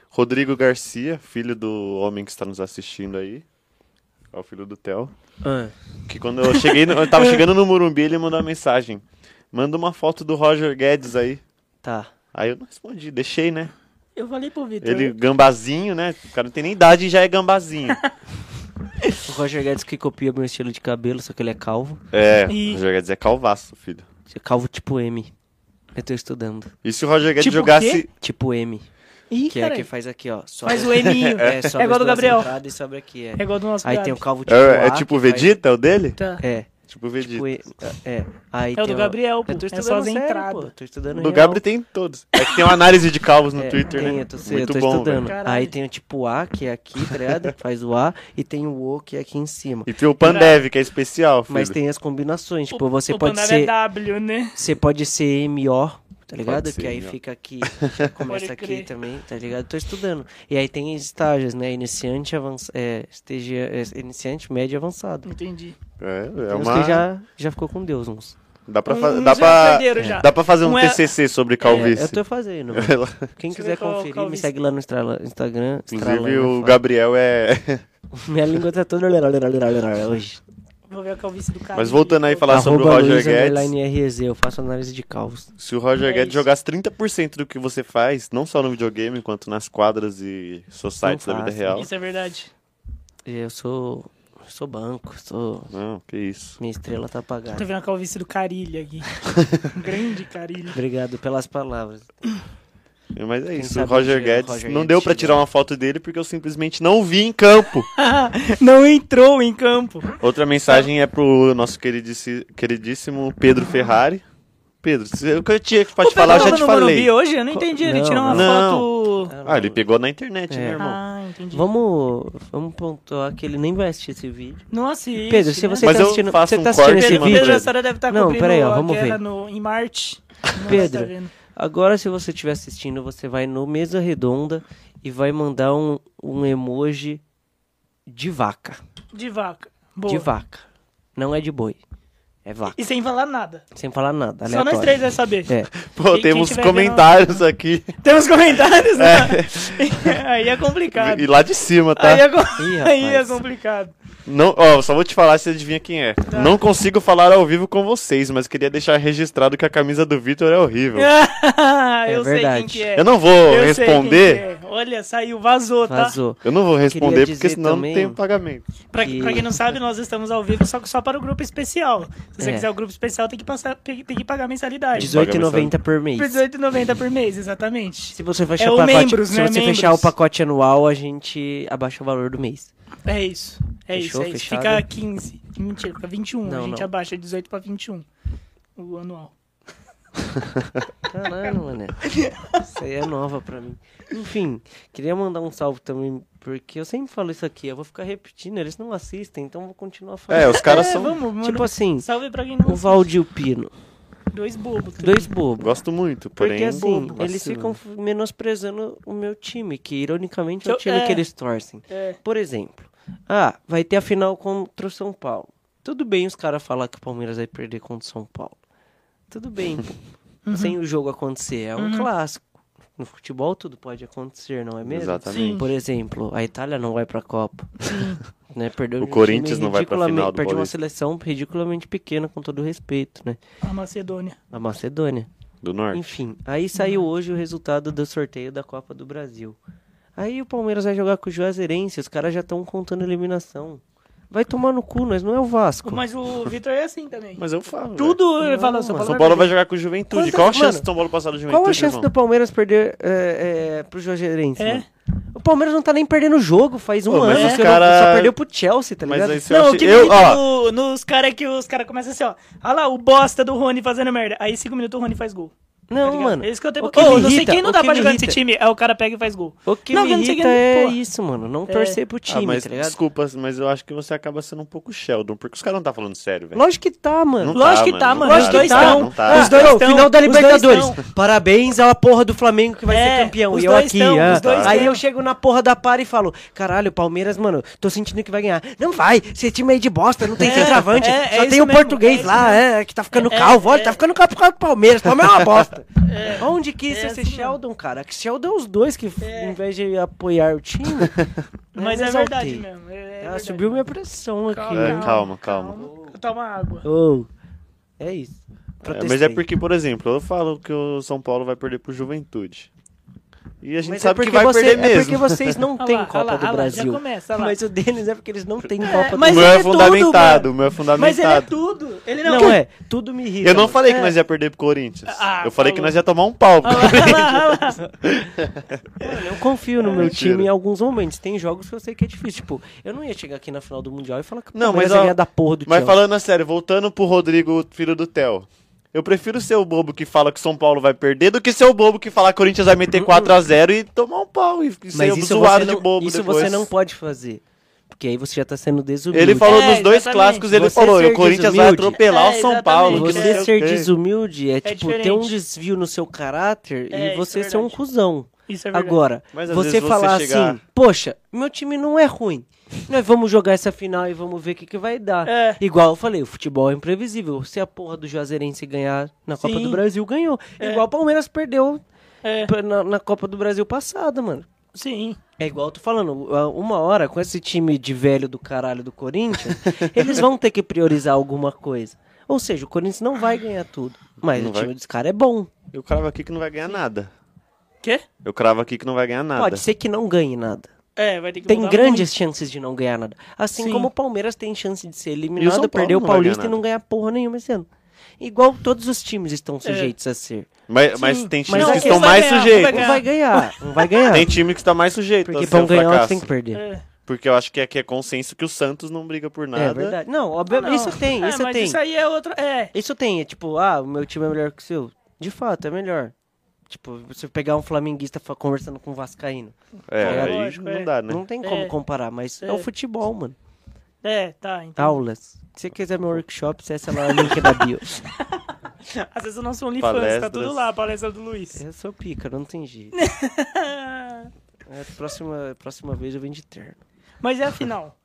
B: Rodrigo Garcia, filho do homem que está nos assistindo aí. É o filho do Theo.
A: Ah,
B: Que quando eu cheguei, no- eu tava chegando no Morumbi, ele mandou uma mensagem. Manda uma foto do Roger Guedes aí.
A: tá.
B: Aí eu não respondi, deixei, né?
C: Eu falei pro Vitor.
B: Ele, gambazinho, né? O cara não tem nem idade e já é gambazinho.
A: O Roger Guedes que copia meu estilo de cabelo, só que ele é calvo.
B: É,
C: E-
B: o Roger Guedes é calvaço, filho.
A: É calvo tipo M. Eu tô estudando.
B: E se o Roger Guedes
C: Tipo o
B: jogasse.
A: Tipo M.
C: Ih,
A: Que é
C: carai.
A: que faz aqui, ó. Sobe
C: Faz o Eninho.
A: É, sobe
C: É
A: as
C: igual do
A: duas
C: Gabriel.
A: entradas E sobe aqui, é.
C: É igual do nosso
A: Aí
C: Gabi.
A: tem o calvo tipo
B: É, é
A: A,
B: tipo o
A: que faz-
B: Vegeta, o dele?
C: Tá.
A: É,
B: Tipo o Vegeta.
A: tipo E- É. Aí
C: É o
A: tem
C: do Gabriel, pô.
A: Eu tô
C: É
A: estudando
C: só as
A: sério,
C: entradas.
A: pô. Tô estudando
B: Do
A: real.
B: Gabriel tem todos. É que tem uma análise de calvos no
A: É,
B: Twitter,
A: tem,
B: né?
A: eu tô, eu
B: Muito
A: tô
B: bom,
A: estudando.
B: velho.
C: Caralho.
A: Aí tem o tipo A, que é aqui, tá ligado? Faz o A, e tem o O, que é aqui em cima.
B: E tem o Pandev, que é especial, filho.
A: Mas tem as combinações, tipo, você
C: o é
A: pode
C: Panava
A: ser...
C: é W, né?
A: Você pode ser MO, tá ligado?
B: ser,
A: que aí
B: ó.
A: fica aqui, começa
C: Pode
A: aqui
C: crer.
A: também, tá ligado? Tô estudando. E aí tem estágios, né? Iniciante, avançado, é, estegia- é, iniciante, médio e avançado.
C: Entendi.
B: É, é
A: Tem uns
B: uma.
A: que já, já ficou com Deus uns.
B: Dá pra,
C: Uns-
B: fa...
C: uns
B: dá,
C: Hum, já
B: pra...
C: aprenderam já.
B: dá pra fazer um
C: Um é-
B: TCC sobre
A: É,
B: calvície.
A: eu tô fazendo. mano. Quem
C: Você
A: quiser
C: vê qual-
A: conferir, me
C: calvície.
A: segue lá no Instala- Instagram.
B: Inclusive,
A: Estralando,
B: o
A: foda.
B: Gabriel é.
A: Minha língua tá toda lera, lera, lera, lera hoje.
C: Vou ver a calvície do cara.
B: Mas voltando aí, falar sobre o
A: Arroba
B: Roger
A: Luiz
B: Guedes.
A: underline RZ, eu faço análise de calvos.
B: Se o Roger
C: É
B: Guedes
C: isso.
B: jogasse 30% do que você faz, não só no videogame, quanto nas quadras e societies
A: Não
B: da vida
A: faço.
B: real.
C: Isso é verdade.
A: Eu sou. Sou banco, sou.
B: Não, que isso.
A: Minha estrela tá
C: Tô
A: apagada.
C: vendo a calvície do Carilho aqui. Um grande Carilho.
A: Obrigado pelas palavras.
B: Mas é isso. O
A: sabe
B: Roger
A: onde o
B: Guedes
A: Roger
B: não
A: Guedes
B: deu pra
A: chega.
B: tirar uma foto dele porque eu simplesmente não vi em campo.
C: Não entrou em campo.
B: Outra mensagem é pro nosso queridici- queridíssimo Pedro Ferrari. Pedro, se- o que eu tinha pra te falar, eu já te
C: no Morumbi
B: falei.
C: hoje? Eu não entendi. Ele
A: Não,
C: tirou uma
B: não.
C: foto...
B: Ah, ele pegou na internet,
A: É.
B: né, irmão?
C: Ah, entendi.
A: Vamos, vamos pontuar que ele nem vai assistir esse vídeo.
C: Não assiste,
A: Pedro, se
C: né?
A: você
B: Mas
A: tá
B: eu
A: assistindo,
B: faço
A: você
B: um
A: tá assistindo
B: corte,
A: esse
B: mano.
C: Pedro, Pedro,
A: vídeo,
C: a senhora deve tá estar
A: Não,
C: cumprindo
A: peraí, ó,
C: a
A: vamos
C: guerra
A: ver.
C: no- em Marte. Não
A: Pedro.
C: tá vendo.
A: agora se você estiver assistindo, você vai no Mesa Redonda e vai mandar um, um emoji de vaca.
C: De vaca. Boa.
A: De vaca. Não é de boi. É vaca.
C: E sem falar nada.
A: Sem falar nada,
C: Só
A: Tá aleatório.
C: nós três vai saber.
A: É.
B: Pô,
C: Quem- quem
B: temos
C: tiver
B: comentários aqui.
C: Temos comentários, né? Aí é complicado.
B: E lá de cima, tá?
C: Aí, é com-
A: Ih,
C: aí é
A: rapaz.
C: complicado.
B: Não, ó, só vou te falar se adivinha quem é.
C: Tá.
B: Não consigo falar ao vivo com vocês, mas queria deixar registrado que a camisa do Vitor é horrível.
C: eu sei quem
A: verdade.
C: que é.
B: Eu não vou
C: Eu sei quem
B: responder.
C: que é. Olha, saiu, vazou, tá?
A: Vazou.
B: Eu não vou responder
A: dizer
B: porque senão
A: também-
B: não tem pagamento.
C: Pra,
A: que-
C: pra quem não sabe, nós estamos ao vivo só, só para o grupo especial. Se você
A: É.
C: quiser o grupo especial, tem que, passar, tem, tem que pagar mensalidade.
B: Dezoito-
A: 18,90 por mês.
C: Por R$18,90 por mês, exatamente.
A: Se você fechar
C: É o
A: o pacote,
C: membros,
A: se
C: né?
A: você fechar o
C: Membros.
A: pacote anual, a gente abaixa o valor do mês.
C: É isso. É
A: Fechou?
C: isso, é isso.
A: Fechado?
C: Fica 15. Mentira, fica 21. a
A: Não,
C: gente
A: não.
C: abaixa de 18 pra 21. O anual.
A: Caralho, mané. Isso aí é nova pra mim. Enfim, queria mandar um salve também, porque eu sempre falo isso aqui, eu vou ficar repetindo, eles não assistem, então eu vou continuar
B: É,
A: falando.
B: os caras
C: É,
B: são.
C: vamos, mano.
A: tipo assim,
C: Salve pra quem não
A: o Valdir Pino,
C: Dois bobos. tá? tudo.
A: dois bobos.
B: Gosto muito, porém.
A: Porque assim,
B: bobo,
A: eles
B: vacilo.
A: ficam f- menosprezando o meu time, que ironicamente é o
C: Eu-
A: time
C: é.
A: que eles torcem.
C: É.
A: Por exemplo, ah, vai ter a final contra o São Paulo. Tudo bem os caras falar que o Palmeiras vai perder contra o São Paulo. Tudo bem, pô. sem o jogo acontecer. É um clássico. No futebol tudo pode acontecer, não é mesmo?
B: Exatamente.
C: Sim.
A: Por exemplo, a Itália não vai pra Copa. Né? Perdeu
B: O
A: de um time
B: Corinthians não vai pra final do
A: ridiculamente- Perdeu uma
B: Paulista.
A: seleção ridiculamente pequena, com todo o respeito, né?
C: A Macedônia.
A: A Macedônia.
B: Do norte.
A: Enfim, aí saiu
C: Uhum.
A: hoje o resultado do sorteio da Copa do Brasil. Aí o Palmeiras vai jogar com o Juazeirense, os caras já estão contando eliminação. Vai tomar no cu, nós não é o Vasco.
C: Mas o Vitor é assim também.
B: Mas eu falo.
C: Tudo ele
A: Não,
C: fala São
A: é. mano.
C: Paulo.
B: São Paulo vai
C: perder.
B: jogar com o Juventude.
A: Quantas-
B: Qual a chance
A: mano,
B: do São Paulo passar do Juventude?
A: Qual a chance do
B: irmão?
A: Palmeiras perder é, é, pro Juazeirense?
C: É.
A: mano? O Palmeiras não tá nem perdendo o jogo faz um
B: Pô, mas
A: ano,
B: os
A: que
B: cara-
A: não, só perdeu pro Chelsea, tá
B: Mas
A: ligado?
B: aí se
C: Não,
B: eu,
C: o que
B: achei-
C: me
B: eu,
C: irrita
B: ó, ah,
C: no- nos caras é que os caras começam assim, ó. Ah lá, o bosta do Rony fazendo merda. Aí cinco minutos o Rony faz gol. tá
A: Não,
C: ligado?
A: mano.
C: É isso que eu tenho.
A: o que
C: Ô,
A: me
C: não sei
A: irrita-
C: quem não
A: o
C: dá
A: que
C: pra
A: me
C: jogar nesse
A: irrita-
C: time. Aí o cara pega e faz gol.
A: O que
C: Não,
A: me
C: eu não tá- sei
A: irrita
C: quem-
A: é
C: porra.
A: isso, mano. Não torcer pro time,
B: ah, mas
A: tá ligado?
B: desculpa, mas eu acho que você acaba sendo um pouco Sheldon, porque os caras não tá falando sério, velho.
A: Lógico que tá, mano.
B: Não
C: Lógico que
B: mano,
C: tá,
B: não
C: mano.
B: tá,
C: Os
A: Lógico que
C: dois
A: tá.
C: estão.
B: não tá.
C: Os dois
A: Não,
C: estão.
A: final da
C: Os dois
A: Libertadores.
C: estão.
A: Parabéns à porra do Flamengo que vai
C: É,
A: ser campeão.
C: os
A: E eu
C: dois
A: aqui,
C: estão,
A: ah.
C: os dois
A: aí
C: estão.
A: eu chego na porra da par e falo: caralho, Palmeiras, mano, tô sentindo que vai ganhar. Não vai, esse time aí de bosta, não tem
C: É,
A: centroavante.
C: é, é
A: só tem
C: isso
A: o
C: mesmo,
A: português
C: é isso
A: lá, é, que tá ficando calvo. Olha,
C: é.
A: tá ficando calvo por causa do Palmeiras. Palmeiras é uma bosta. Onde que isso
C: É
A: é
C: assim
A: ser
C: mesmo.
A: Sheldon, cara? Que Sheldon é os dois que,
C: É.
A: em vez de apoiar o time.
C: Mas
A: eu
C: é
A: me
C: verdade
A: exaltei.
C: mesmo. é- é
A: Ela
C: verdade.
A: subiu minha pressão aqui.
B: É,
A: mano.
B: calma, calma.
C: Toma água.
A: Oh, é isso.
B: É, mas é
A: Protestei.
B: porque, por exemplo, eu falo que o São Paulo vai perder pro Juventude. E a gente
A: Mas é
B: sabe que
A: porque
B: vai
A: você-
B: perder
A: É
B: mesmo.
A: porque vocês não
C: Olha
A: têm
C: lá,
A: Copa
C: olha lá,
A: do
C: olha lá,
A: Brasil.
C: Já começa, olha lá.
A: Mas o deles é porque eles não têm Copa do
B: O
A: Brasil.
C: mas
B: meu
C: ele
B: é
C: é tudo,
B: fundamentado, o meu é
C: Mas ele é
B: fundamentado.
C: tudo. Ele não,
A: Não, é, tudo me irrita.
B: Eu não
A: mano.
B: falei que
C: É.
B: nós ia perder pro Corinthians.
C: Ah,
B: eu falei
C: falou.
B: que nós ia tomar um pau.
A: Ah.
B: pro Corinthians.
A: É, Eu confio no meu
B: É, Mentira.
A: time em alguns momentos. Tem jogos que eu sei que é difícil. Tipo, eu não ia chegar aqui na final do Mundial e falar que o
B: Não,
A: Palmeiras
B: mas, ó,
A: ia ganhar da porra do
B: Mas
A: Chelsea.
B: falando a sério, voltando pro Rodrigo, filho do Theo. Eu prefiro ser o bobo que fala que São Paulo vai perder do que ser o bobo que fala que Corinthians vai meter 4x0 e tomar um pau e ser
A: Hum, Mas isso,
B: zoado
A: você,
B: de
A: não,
B: bobo
A: isso
B: depois.
A: você não pode fazer. Porque aí você já tá sendo desumilde.
B: Ele falou
C: É,
B: dos dois
C: exatamente.
B: clássicos, ele
A: Você
B: falou,
A: ser
B: o Corinthians vai
A: desumilde.
B: atropelar
C: É,
B: o São Paulo. né? que não
A: Você
C: exatamente.
B: sei
A: ser
B: o quê.
A: desumilde é, tipo ter um
C: diferente.
A: desvio no seu caráter
C: É,
A: e
C: isso
A: você
C: é
A: ser um
C: verdade.
A: cuzão.
C: Isso é verdade.
A: Agora,
B: Mas às
A: você
B: vezes você
A: falar
B: chegar-
A: assim, poxa, meu time não é ruim. Nós vamos jogar essa final e vamos ver o que, que vai dar.
C: É.
A: Igual eu falei, o futebol é imprevisível. Se a porra do Juazeirense ganhar na Copa
C: Sim.
A: do Brasil, ganhou.
C: É.
A: Igual o Palmeiras perdeu
C: É,
A: pra- na, na Copa do Brasil passada, mano.
C: sim.
A: É igual eu tô falando, a- uma hora com esse time de velho do caralho do Corinthians, eles vão ter que priorizar alguma coisa. Ou seja, o Corinthians não vai ganhar tudo. Mas
B: Não
A: o
B: vai.
A: time dos caras é bom.
B: Eu cravo aqui que não vai ganhar nada.
C: Quê?
B: Eu cravo aqui que não vai ganhar nada.
A: Pode ser que não ganhe nada.
C: É, vai ter que
A: Tem
C: mudar
A: grandes chances de não ganhar nada. Assim
C: Sim.
A: como o Palmeiras tem chance de ser
B: E o São
A: eliminado,
B: Paulo
A: perder o
B: não vai ganhar
A: Paulista e
B: nada.
A: não ganhar porra nenhuma esse ano. Igual todos os times
C: É.
A: estão sujeitos a ser.
B: Mas, mas tem times
A: Mas é
B: que
A: não,
B: estão
A: quem
C: vai
B: mais
C: ganhar?
B: sujeitos.
C: Vai
A: Não vai ganhar, não vai ganhar.
B: Tem time que está mais sujeito
A: porque
B: a ser
A: pra
B: um
A: um ganhar, outro
B: fracasso.
A: tem que perder.
C: muito. É.
B: Porque eu acho que aqui é consenso que o Santos não briga por
A: É,
B: nada.
A: verdade. Não, obviamente,
C: Não.
A: isso tem,
C: É,
A: isso
C: mas
A: tem.
C: isso aí é outra. É.
A: Isso tem, é tipo, ah, o meu time é melhor que o seu. De fato, é melhor. Tipo, você pegar um flamenguista fa- conversando com um vascaíno.
B: É,
A: É,
B: aí
C: lógico,
B: não
C: é.
B: dá, né?
A: Não tem como
C: É.
A: comparar, mas é.
C: É.
A: o futebol, mano.
C: É, tá. Então.
A: Aulas. Se você quiser meu workshop, acessa lá o link da bio.
C: Às vezes eu não sou OnlyFans, tá
B: Palestras.
C: tudo lá, a palestra do Luiz.
A: Eu sou É pica, não tem jeito. É, próxima, próxima vez eu venho de terno.
C: Mas é a final.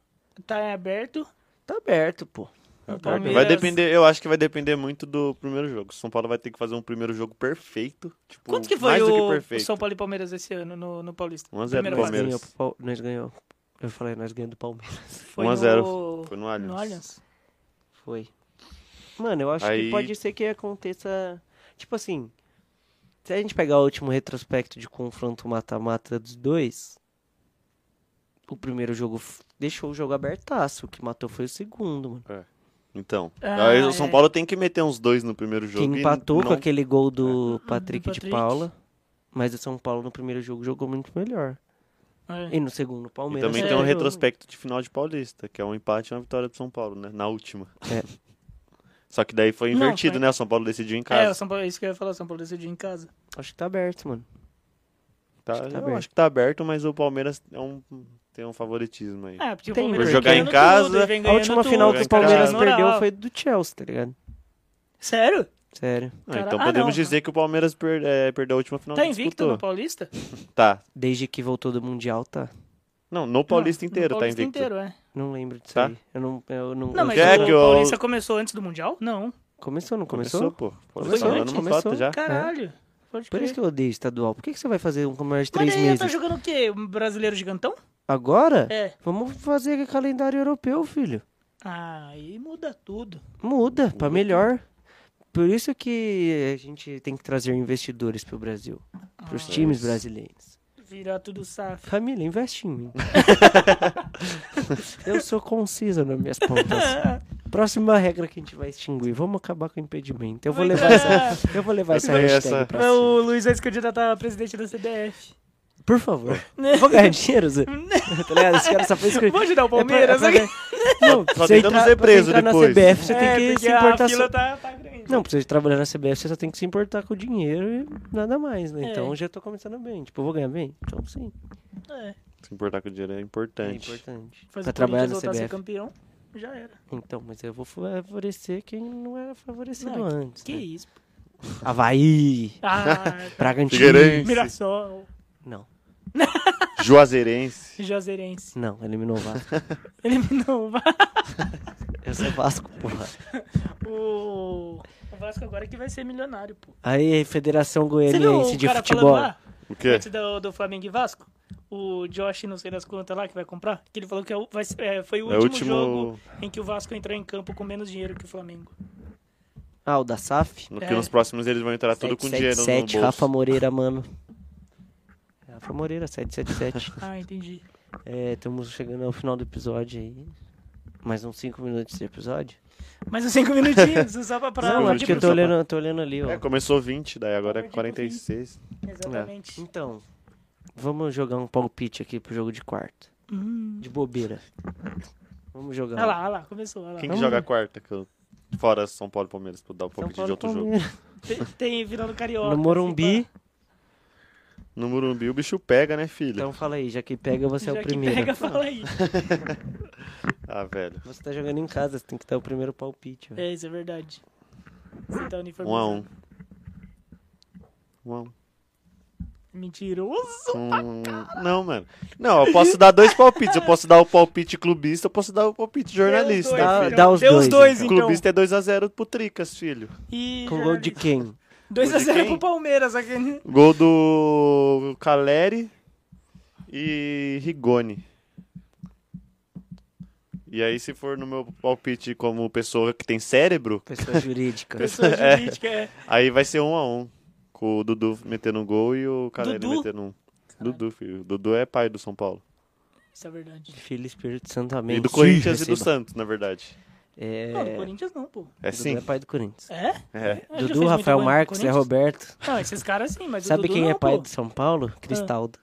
C: Tá em aberto.
A: Tá aberto, pô.
C: O
B: Vai
C: Palmeiras-
B: depender, eu acho que vai depender muito do primeiro jogo. O São Paulo vai ter que fazer um primeiro jogo perfeito. Tipo,
C: Quanto que foi
B: mais do que
C: o, o
B: perfeito.
C: São Paulo e Palmeiras esse ano no, no Paulista?
B: 1 a 0
C: Primeira
A: Nós
C: fase.
B: Palmeiras.
A: ganhou, pro Pau- nós ganhou. Eu falei, nós ganhamos do Palmeiras.
C: Foi
B: 1 a 0.
C: no-
B: Foi no Allianz.
C: No Allianz?
A: Foi. Mano, eu acho
B: Aí-
A: que pode ser que aconteça. Tipo assim. Se a gente pegar o último retrospecto de confronto mata-mata dos dois. O primeiro jogo f- deixou o jogo abertaço. O que matou foi o segundo, mano.
B: Então,
C: Ah,
B: aí o
C: é.
B: São Paulo tem que meter uns dois no primeiro jogo.
A: que
B: e
A: empatou
B: não- É.
A: com aquele gol do Patrick, de
C: Ah, Patrick.
A: Paula. Mas o São Paulo no primeiro jogo jogou muito melhor.
C: É.
A: E no segundo, o
B: E
A: Palmeiras.
B: também
C: É.
B: tem um
A: jogou
B: retrospecto de final de Paulista, que é um empate e uma vitória do São Paulo, né? Na última.
A: É.
B: Só que daí foi
C: Não,
B: invertido,
C: foi-
B: né? O São Paulo decidiu em
C: É, o
B: casa.
C: São Paulo, isso que eu ia falar, o São Paulo decidiu em casa.
A: muito. Acho que tá aberto, mano.
B: Tá-
A: acho que tá
B: eu
A: aberto.
B: acho que tá aberto, mas o Palmeiras é um- tem um favoritismo aí.
C: É, porque o
A: Tem,
C: Palmeiras
A: Por jogar
C: vem
B: em
C: ganhando tudo,
B: casa,
C: e vem
A: A
C: ganhando
A: última
C: tudo,
A: final
B: em
A: que
C: vem
A: o Palmeiras
C: ganhando
A: perdeu
C: moral.
A: foi do Chelsea, tá ligado?
C: Sério?
A: Sério.
B: Ah, então
C: cara- ah,
B: podemos
C: não.
B: dizer que o Palmeiras per- é, perdeu a última final
C: Tá
B: que
C: invicto
B: disputou.
C: no Paulista?
B: Tá.
A: Desde que voltou do Mundial, tá?
B: Não, no Paulista
C: Não,
B: inteiro
C: no
B: tá
C: Paulista
B: invicto.
C: inteiro, é.
A: Não lembro disso
B: Tá.
A: aí. Eu não. Eu não,
C: Não,
A: eu-
C: mas
B: É
C: o
B: que o-
C: Paulista começou antes do Mundial? Não.
A: Começou, não começou?
B: Começou, pô.
A: Começou,
B: Começou,
A: antes,
B: não falta
A: começou.
B: já.
C: Caralho. Pode
A: É. Por
C: crer.
A: isso que eu odeio estadual. Por que, que você vai fazer um com mais de
C: Mas
A: três
C: aí já tá
A: meses?
C: jogando o quê? Um brasileiro gigantão?
A: Agora?
C: É.
A: Vamos fazer calendário europeu, filho.
C: Ah, aí muda tudo.
A: Muda, pra melhor. Por isso que a gente tem que trazer investidores pro Brasil. Pros
B: Ah,
A: times
B: isso.
A: brasileiros.
C: Virar tudo safo.
A: Família, investe em mim. eu sou concisa nas minhas pontas. Próxima regra que a gente vai extinguir. Vamos acabar com o impedimento. Eu vou levar essa, eu vou levar essa
B: Tem
A: hashtag
B: essa-
A: pra
C: Não,
A: cima.
C: o Luiz vai se candidatar
A: tá
C: a presidente da CBF.
A: Por favor. Eu vou ganhar dinheiro, Zé. tá ligado? Esse cara só fez escrever.
C: Vou Né? ajudar o Palmeiras. né?
A: É pra- é pra- Não,
B: Só
A: você
B: tentando
A: entrar-
B: ser preso
A: pra entrar
B: depois.
A: na CBF, você
C: É,
A: tem que
C: porque
A: se importar...
C: A fila
A: só-
C: tá, tá grande.
A: Não, pra você trabalhar na CBF, você só tem que se importar com o dinheiro e nada mais, né?
C: É.
A: Então já tô começando bem. Tipo, eu vou ganhar bem? Então sim,
C: É,
B: Se importar com o dinheiro é
A: é
B: importante.
A: importante.
C: faz
A: pra
C: o
A: trabalhar
C: Palmeiras
A: na
C: voltar a ser
A: CBF.
C: campeão, já era.
A: Então, mas eu vou favorecer quem não era favorecido
C: Não,
A: antes.
C: Que é
A: né?
C: isso.
A: Havaí,
C: Ah,
A: Bragantino.
B: Figueirense.
C: Mirassol,
A: Não,
B: Juazeirense.
C: Juazeirense.
A: não, eliminou o Vasco.
C: Eliminou o Va-
A: Eu sou Vasco, porra.
C: o... o Vasco agora que vai ser milionário, pô.
A: Aí, Federação
C: Você viu
A: Goianiense
C: o
A: de
C: cara
A: Futebol.
C: falando lá?
B: O quê?
C: Antes do, do Flamengo e Vasco? O Josh, não sei das quantas lá, que vai comprar, que ele falou que é o- vai ser- é, foi o
B: É
C: último,
B: o último-
C: jogo em que o Vasco entrou em campo com menos dinheiro que o Flamengo.
A: Ah, o da SAF.
B: No
C: É.
B: que nos próximos eles vão entrar Tá tudo com dinheiro no
A: 777,
B: bolso.
A: Rafa Moreira, mano. É, Rafa Moreira, 777.
C: Ah, entendi.
A: é, estamos chegando ao final do episódio aí. Mais uns 5 minutos de episódio.
C: Mais uns 5 é minutinhos, só pra parar.
A: Não,
B: eu
A: é
B: vi
A: porque
B: que
A: eu tô
B: você
A: olhando, eu tô olhando ali, ó.
B: É, começou 20, daí agora é 46.
C: Exatamente.
A: Então, vamos jogar um palpite aqui pro jogo de quarto.
C: Hum.
A: De bobeira. Vamos jogar.
C: Olha lá, olha lá, começou. Olha lá.
B: Quem que
A: Vamos
B: joga
A: ver.
B: a quarta? Que eu... Fora São Paulo e Palmeiras, pra dar um
A: São
B: pouco de
A: Paulo,
B: outro jogo.
A: Palmeiras.
C: assim, Tem, tem final do Carioca.
A: No Morumbi,
C: assim,
B: No Murumbi o bicho pega, né, filho?
A: Então fala aí, já que pega, você é
C: Já
A: o
C: que
A: primeiro.
C: pega, fala aí.
B: Ah, velho.
A: Você tá jogando em casa, você tem que dar o primeiro palpite, velho.
C: É, isso é verdade. Você tá
B: Um a
C: uniformizado.
B: um. Um a um.
C: Mentiroso.
B: Hum, não, mano. Não, eu posso dar dois palpites. Eu posso dar o palpite clubista, eu posso dar o palpite jornalista.
A: Dá-
B: filho.
A: dá os
C: Deu os
A: dois,
C: dois,
A: então.
C: então.
B: Clubista é 2x0 pro Tricas, filho.
C: E
A: Com gol de
C: jornalista.
A: quem?
C: 2 a
B: de
C: 0
B: quem?
C: pro Palmeiras, né? aquele.
B: Gol do Caleri e Rigoni. E aí, se for no meu palpite como pessoa que tem cérebro,
A: Pessoa jurídica.
C: Pessoa jurídica é.
B: aí vai ser um a um. Com o Dudu metendo um gol e o Caleri
C: Dudu?
B: metendo um. Dudu, filho. Dudu é pai do São Paulo.
C: Isso é verdade.
A: Filho Espírito Santo, amém.
B: E do
A: Sim,
B: Corinthians e do
A: receba.
B: Santos, na verdade.
A: É...
C: Não, do Corinthians não, pô.
B: É
A: Dudu
B: sim.
A: é pai do Corinthians.
C: É?
B: É.
C: Ele já fez
A: Dudu,
C: muita
A: Rafael
C: coisa pro
A: Marques, Zé
C: Corinthians.
A: Roberto.
C: Não, esses caras sim, mas o
A: Sabe
C: Dudu
A: quem
C: não, Ah.
A: é pai
C: pô.
A: de São Paulo? Cristaldo.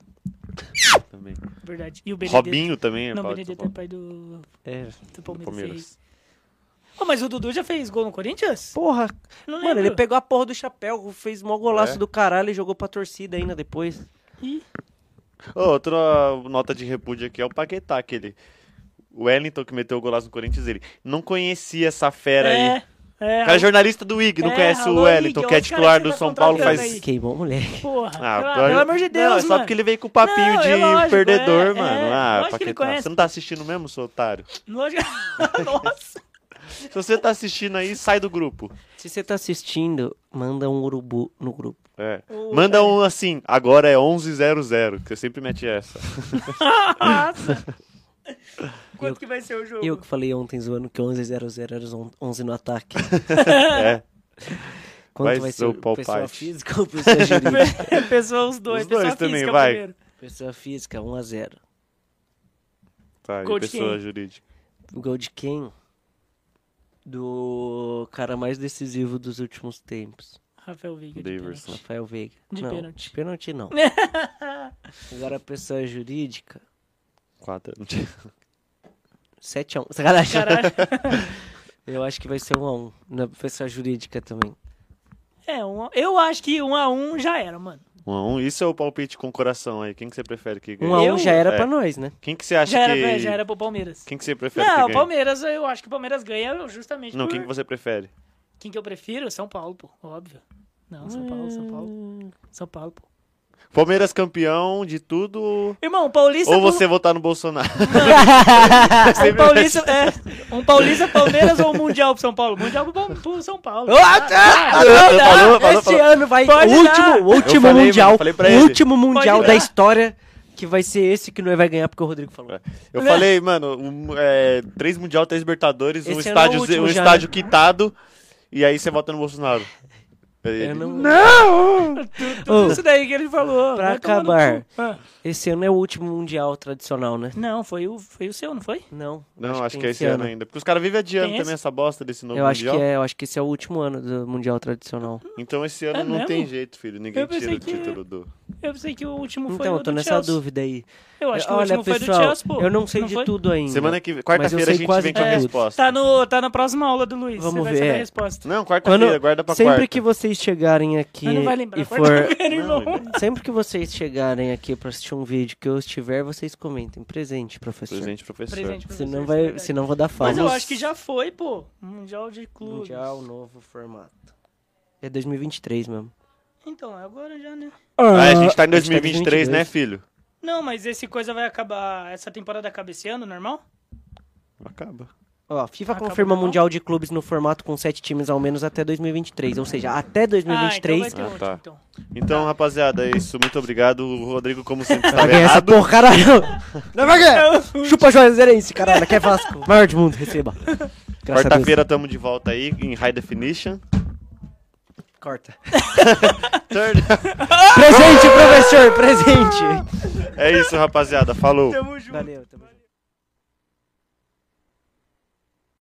B: Também.
C: Verdade. E o Benedetto.
B: Robinho também é
C: Não, o
B: pai do São
C: Benedetto é
B: Paulo.
C: pai do,
A: É.
C: do
B: Do
C: Palmeiras.
B: Palmeiras.
C: aí. Ô, mas o Dudu já fez gol no Corinthians?
A: Porra,
C: Não
A: mano,
C: lembro.
A: ele pegou a porra do chapéu, fez mó golaço
B: É.
A: do caralho e jogou pra torcida ainda depois.
C: Ih,
B: Ô, Outra nota de repúdio aqui é o Paquetá, aquele. O Wellington que meteu o golaço no Corinthians, ele não conhecia essa fera
C: é,
B: aí.
C: É,
B: O cara é jornalista do IG, não
C: É,
B: conhece
C: alô,
B: o Wellington,
C: IG,
B: que é
C: os caras
B: titular
C: que
B: do
C: tá
B: São Paulo
C: contratando
B: faz.
C: aí.
A: Queimou o moleque.
C: porra.
B: Ah,
C: pelo,
B: pelo-
C: pelo amor de Deus,
B: não, é
C: mano.
B: só porque ele veio com o papinho
C: Não,
B: de
C: é lógico,
B: perdedor,
C: é,
B: mano.
C: é,
B: ah,
C: lógico que ele
B: Paquetá,
C: conhece.
B: você não tá assistindo mesmo, seu otário?
C: Lógico- Nossa.
B: Se você tá assistindo aí, sai do grupo.
A: Se você tá assistindo, manda um urubu no grupo.
B: É.
C: O-
B: Manda um assim, agora é 11.00, que você sempre mete essa.
C: Nossa. Quanto que vai ser o jogo?
A: Eu que falei ontem zoando que 11.00 era os on- 11 no ataque.
B: É,
A: Quanto
B: Vai
A: vai,
B: ser
A: ser?
B: o palpite.
A: pessoa física ou pessoa jurídica?
C: Pessoa os dois.
B: Os dois
C: pessoa
B: também,
C: física
B: vai.
C: primeiro.
A: pessoa física, 1x0.
B: tá,
C: Gol
B: e
C: de
B: pessoa
C: quem?
B: jurídica.
A: O gol de quem? Do cara mais decisivo dos últimos tempos.
C: Rafael Veiga. de
B: Daverson.
A: Rafael Veiga.
C: De
A: não,
C: pênalti.
A: De pênalti não.
C: pênalti.
A: Agora a pessoa jurídica,
B: 4
A: 7x1. Sacanagem.
C: Caralho.
A: Eu acho que vai
B: um
A: ser 1x1. Na pessoa jurídica também.
C: É, um, eu acho que um a um já era, mano.
B: 1 a 1 isso é o palpite com coração aí. Quem que você prefere que ganhe?
A: 1x1
C: Eu-
A: já era
B: É.
A: pra nós, né?
B: Quem que você acha
C: Um Já era,
B: que...
C: pra- já era pro Palmeiras.
B: Quem que você prefere que
C: Não,
B: ganhe?
C: o Palmeiras, eu acho que o Palmeiras ganha justamente
B: Não,
C: por...
B: quem que você prefere?
C: Quem que eu prefiro? São Paulo, pô. Óbvio. Não,
A: Ah.
C: São Paulo, São Paulo.
B: Hum.
C: São Paulo, pô.
B: Palmeiras campeão de tudo
C: Irmão, o Paulista... é
B: ou
C: pro-
B: você votar no Bolsonaro?
C: um Paulista, é, um Paulista, Palmeiras ou um Mundial pro São Paulo? Mundial pro, Pal- pro São Paulo. Ah,
B: Ah, tá! falou, falou,
A: Esse
B: falou.
A: ano vai
C: Pode
A: o
C: dar.
A: último, o último
B: falei,
A: mundial,
B: eu falei pra
A: o
B: ele.
A: último mundial
C: dar.
A: da história que vai ser esse que nós vai ganhar porque o Rodrigo falou.
B: Eu falei, mano, um, é, três Mundial, três Libertadores, um
A: Esse ano é o
B: estádio,
A: último
B: um
A: já,
B: estádio
C: né?
B: quitado, e aí você vota no Bolsonaro. Ele-
A: Eu não-
C: tá Tudo
A: Ô,
C: isso daí que ele falou.
A: pra
C: vai tomar no
A: acabar.
C: cu. Ah,
A: Esse ano é o último mundial tradicional, né?
C: não, foi o, foi o seu, não foi?
A: Não.
B: Não, acho, que
A: tem
B: é esse ano ainda. Porque os caras vivem adiando
C: Tem
B: também
C: esse?
B: essa bosta desse novo
A: Eu acho
B: Mundial.
A: que é, eu acho que esse é o último ano do mundial tradicional.
B: Então esse ano
C: É
B: não
C: mesmo?
B: tem jeito, filho. Ninguém
C: Eu pensei
B: tira o
C: que- é.
B: título do.
C: Eu pensei que o último foi
A: então,
C: o
A: eu tô
C: do
A: nessa
C: Chelsea.
A: dúvida aí.
C: Eu acho que
A: Olha,
C: o último foi
A: pessoal,
C: do Chelsea, pô.
A: eu não sei de
C: foi?
A: tudo ainda.
B: Semana que vem.
A: né? Mas eu
B: Quarta-feira a
A: sei
B: gente
A: quase
B: vem com a
A: tudo.
B: resposta.
C: Tá, no, tá na próxima aula do Luiz.
A: Vamos
C: você vai
A: ver,
C: saber
A: é.
C: a resposta.
B: Não,
A: Quando-
B: quarta-feira, guarda pra
A: sempre
B: quarta.
A: que vocês chegarem aqui
C: Mas não vai lembrar.
A: e for
C: quarta-feira,
B: Não,
C: irmão.
B: ele-
A: sempre que vocês chegarem aqui pra assistir um vídeo que eu estiver, vocês comentem presente, professor.
B: Presente, é professor.
C: Presente pra
A: Senão
C: vocês, é
A: vai,
C: verdade.
A: senão vou dar falta.
C: Mas eu acho que já foi, pô. Mundial de clubes.
A: mundial novo formato. É 2023 mesmo.
C: Então, é agora já, né?
B: Ah, a gente tá em 2023, né, filho?
C: Não, mas esse coisa vai acabar. Essa temporada acaba esse ano, normal?
B: Acaba.
A: Ó, FIFA
C: Acabou então?
A: confirma
C: não?
A: mundial de clubes no formato com sete times ao menos até 2023, ou seja, até
C: Ah,
A: 2023.
C: então vai ter
B: Ah, tá.
C: outro, então.
B: Então, rapaziada, é isso. Muito obrigado. O Rodrigo, como sempre,
A: Vai
B: estava
A: ganhar essa
B: um errado.
A: porra, caralho! Não vai ganhar! Chupa Juazeirense, caralho, que é Vasco. Maior de mundo, receba. Graças a Deus.
B: Quarta-feira tamo de volta aí em High Definition.
A: Corta.
B: Turn-
A: Presente, professor, presente!
B: É isso, rapaziada. Falou.
C: Tamo Ah, junto.
A: Valeu, tamo junto.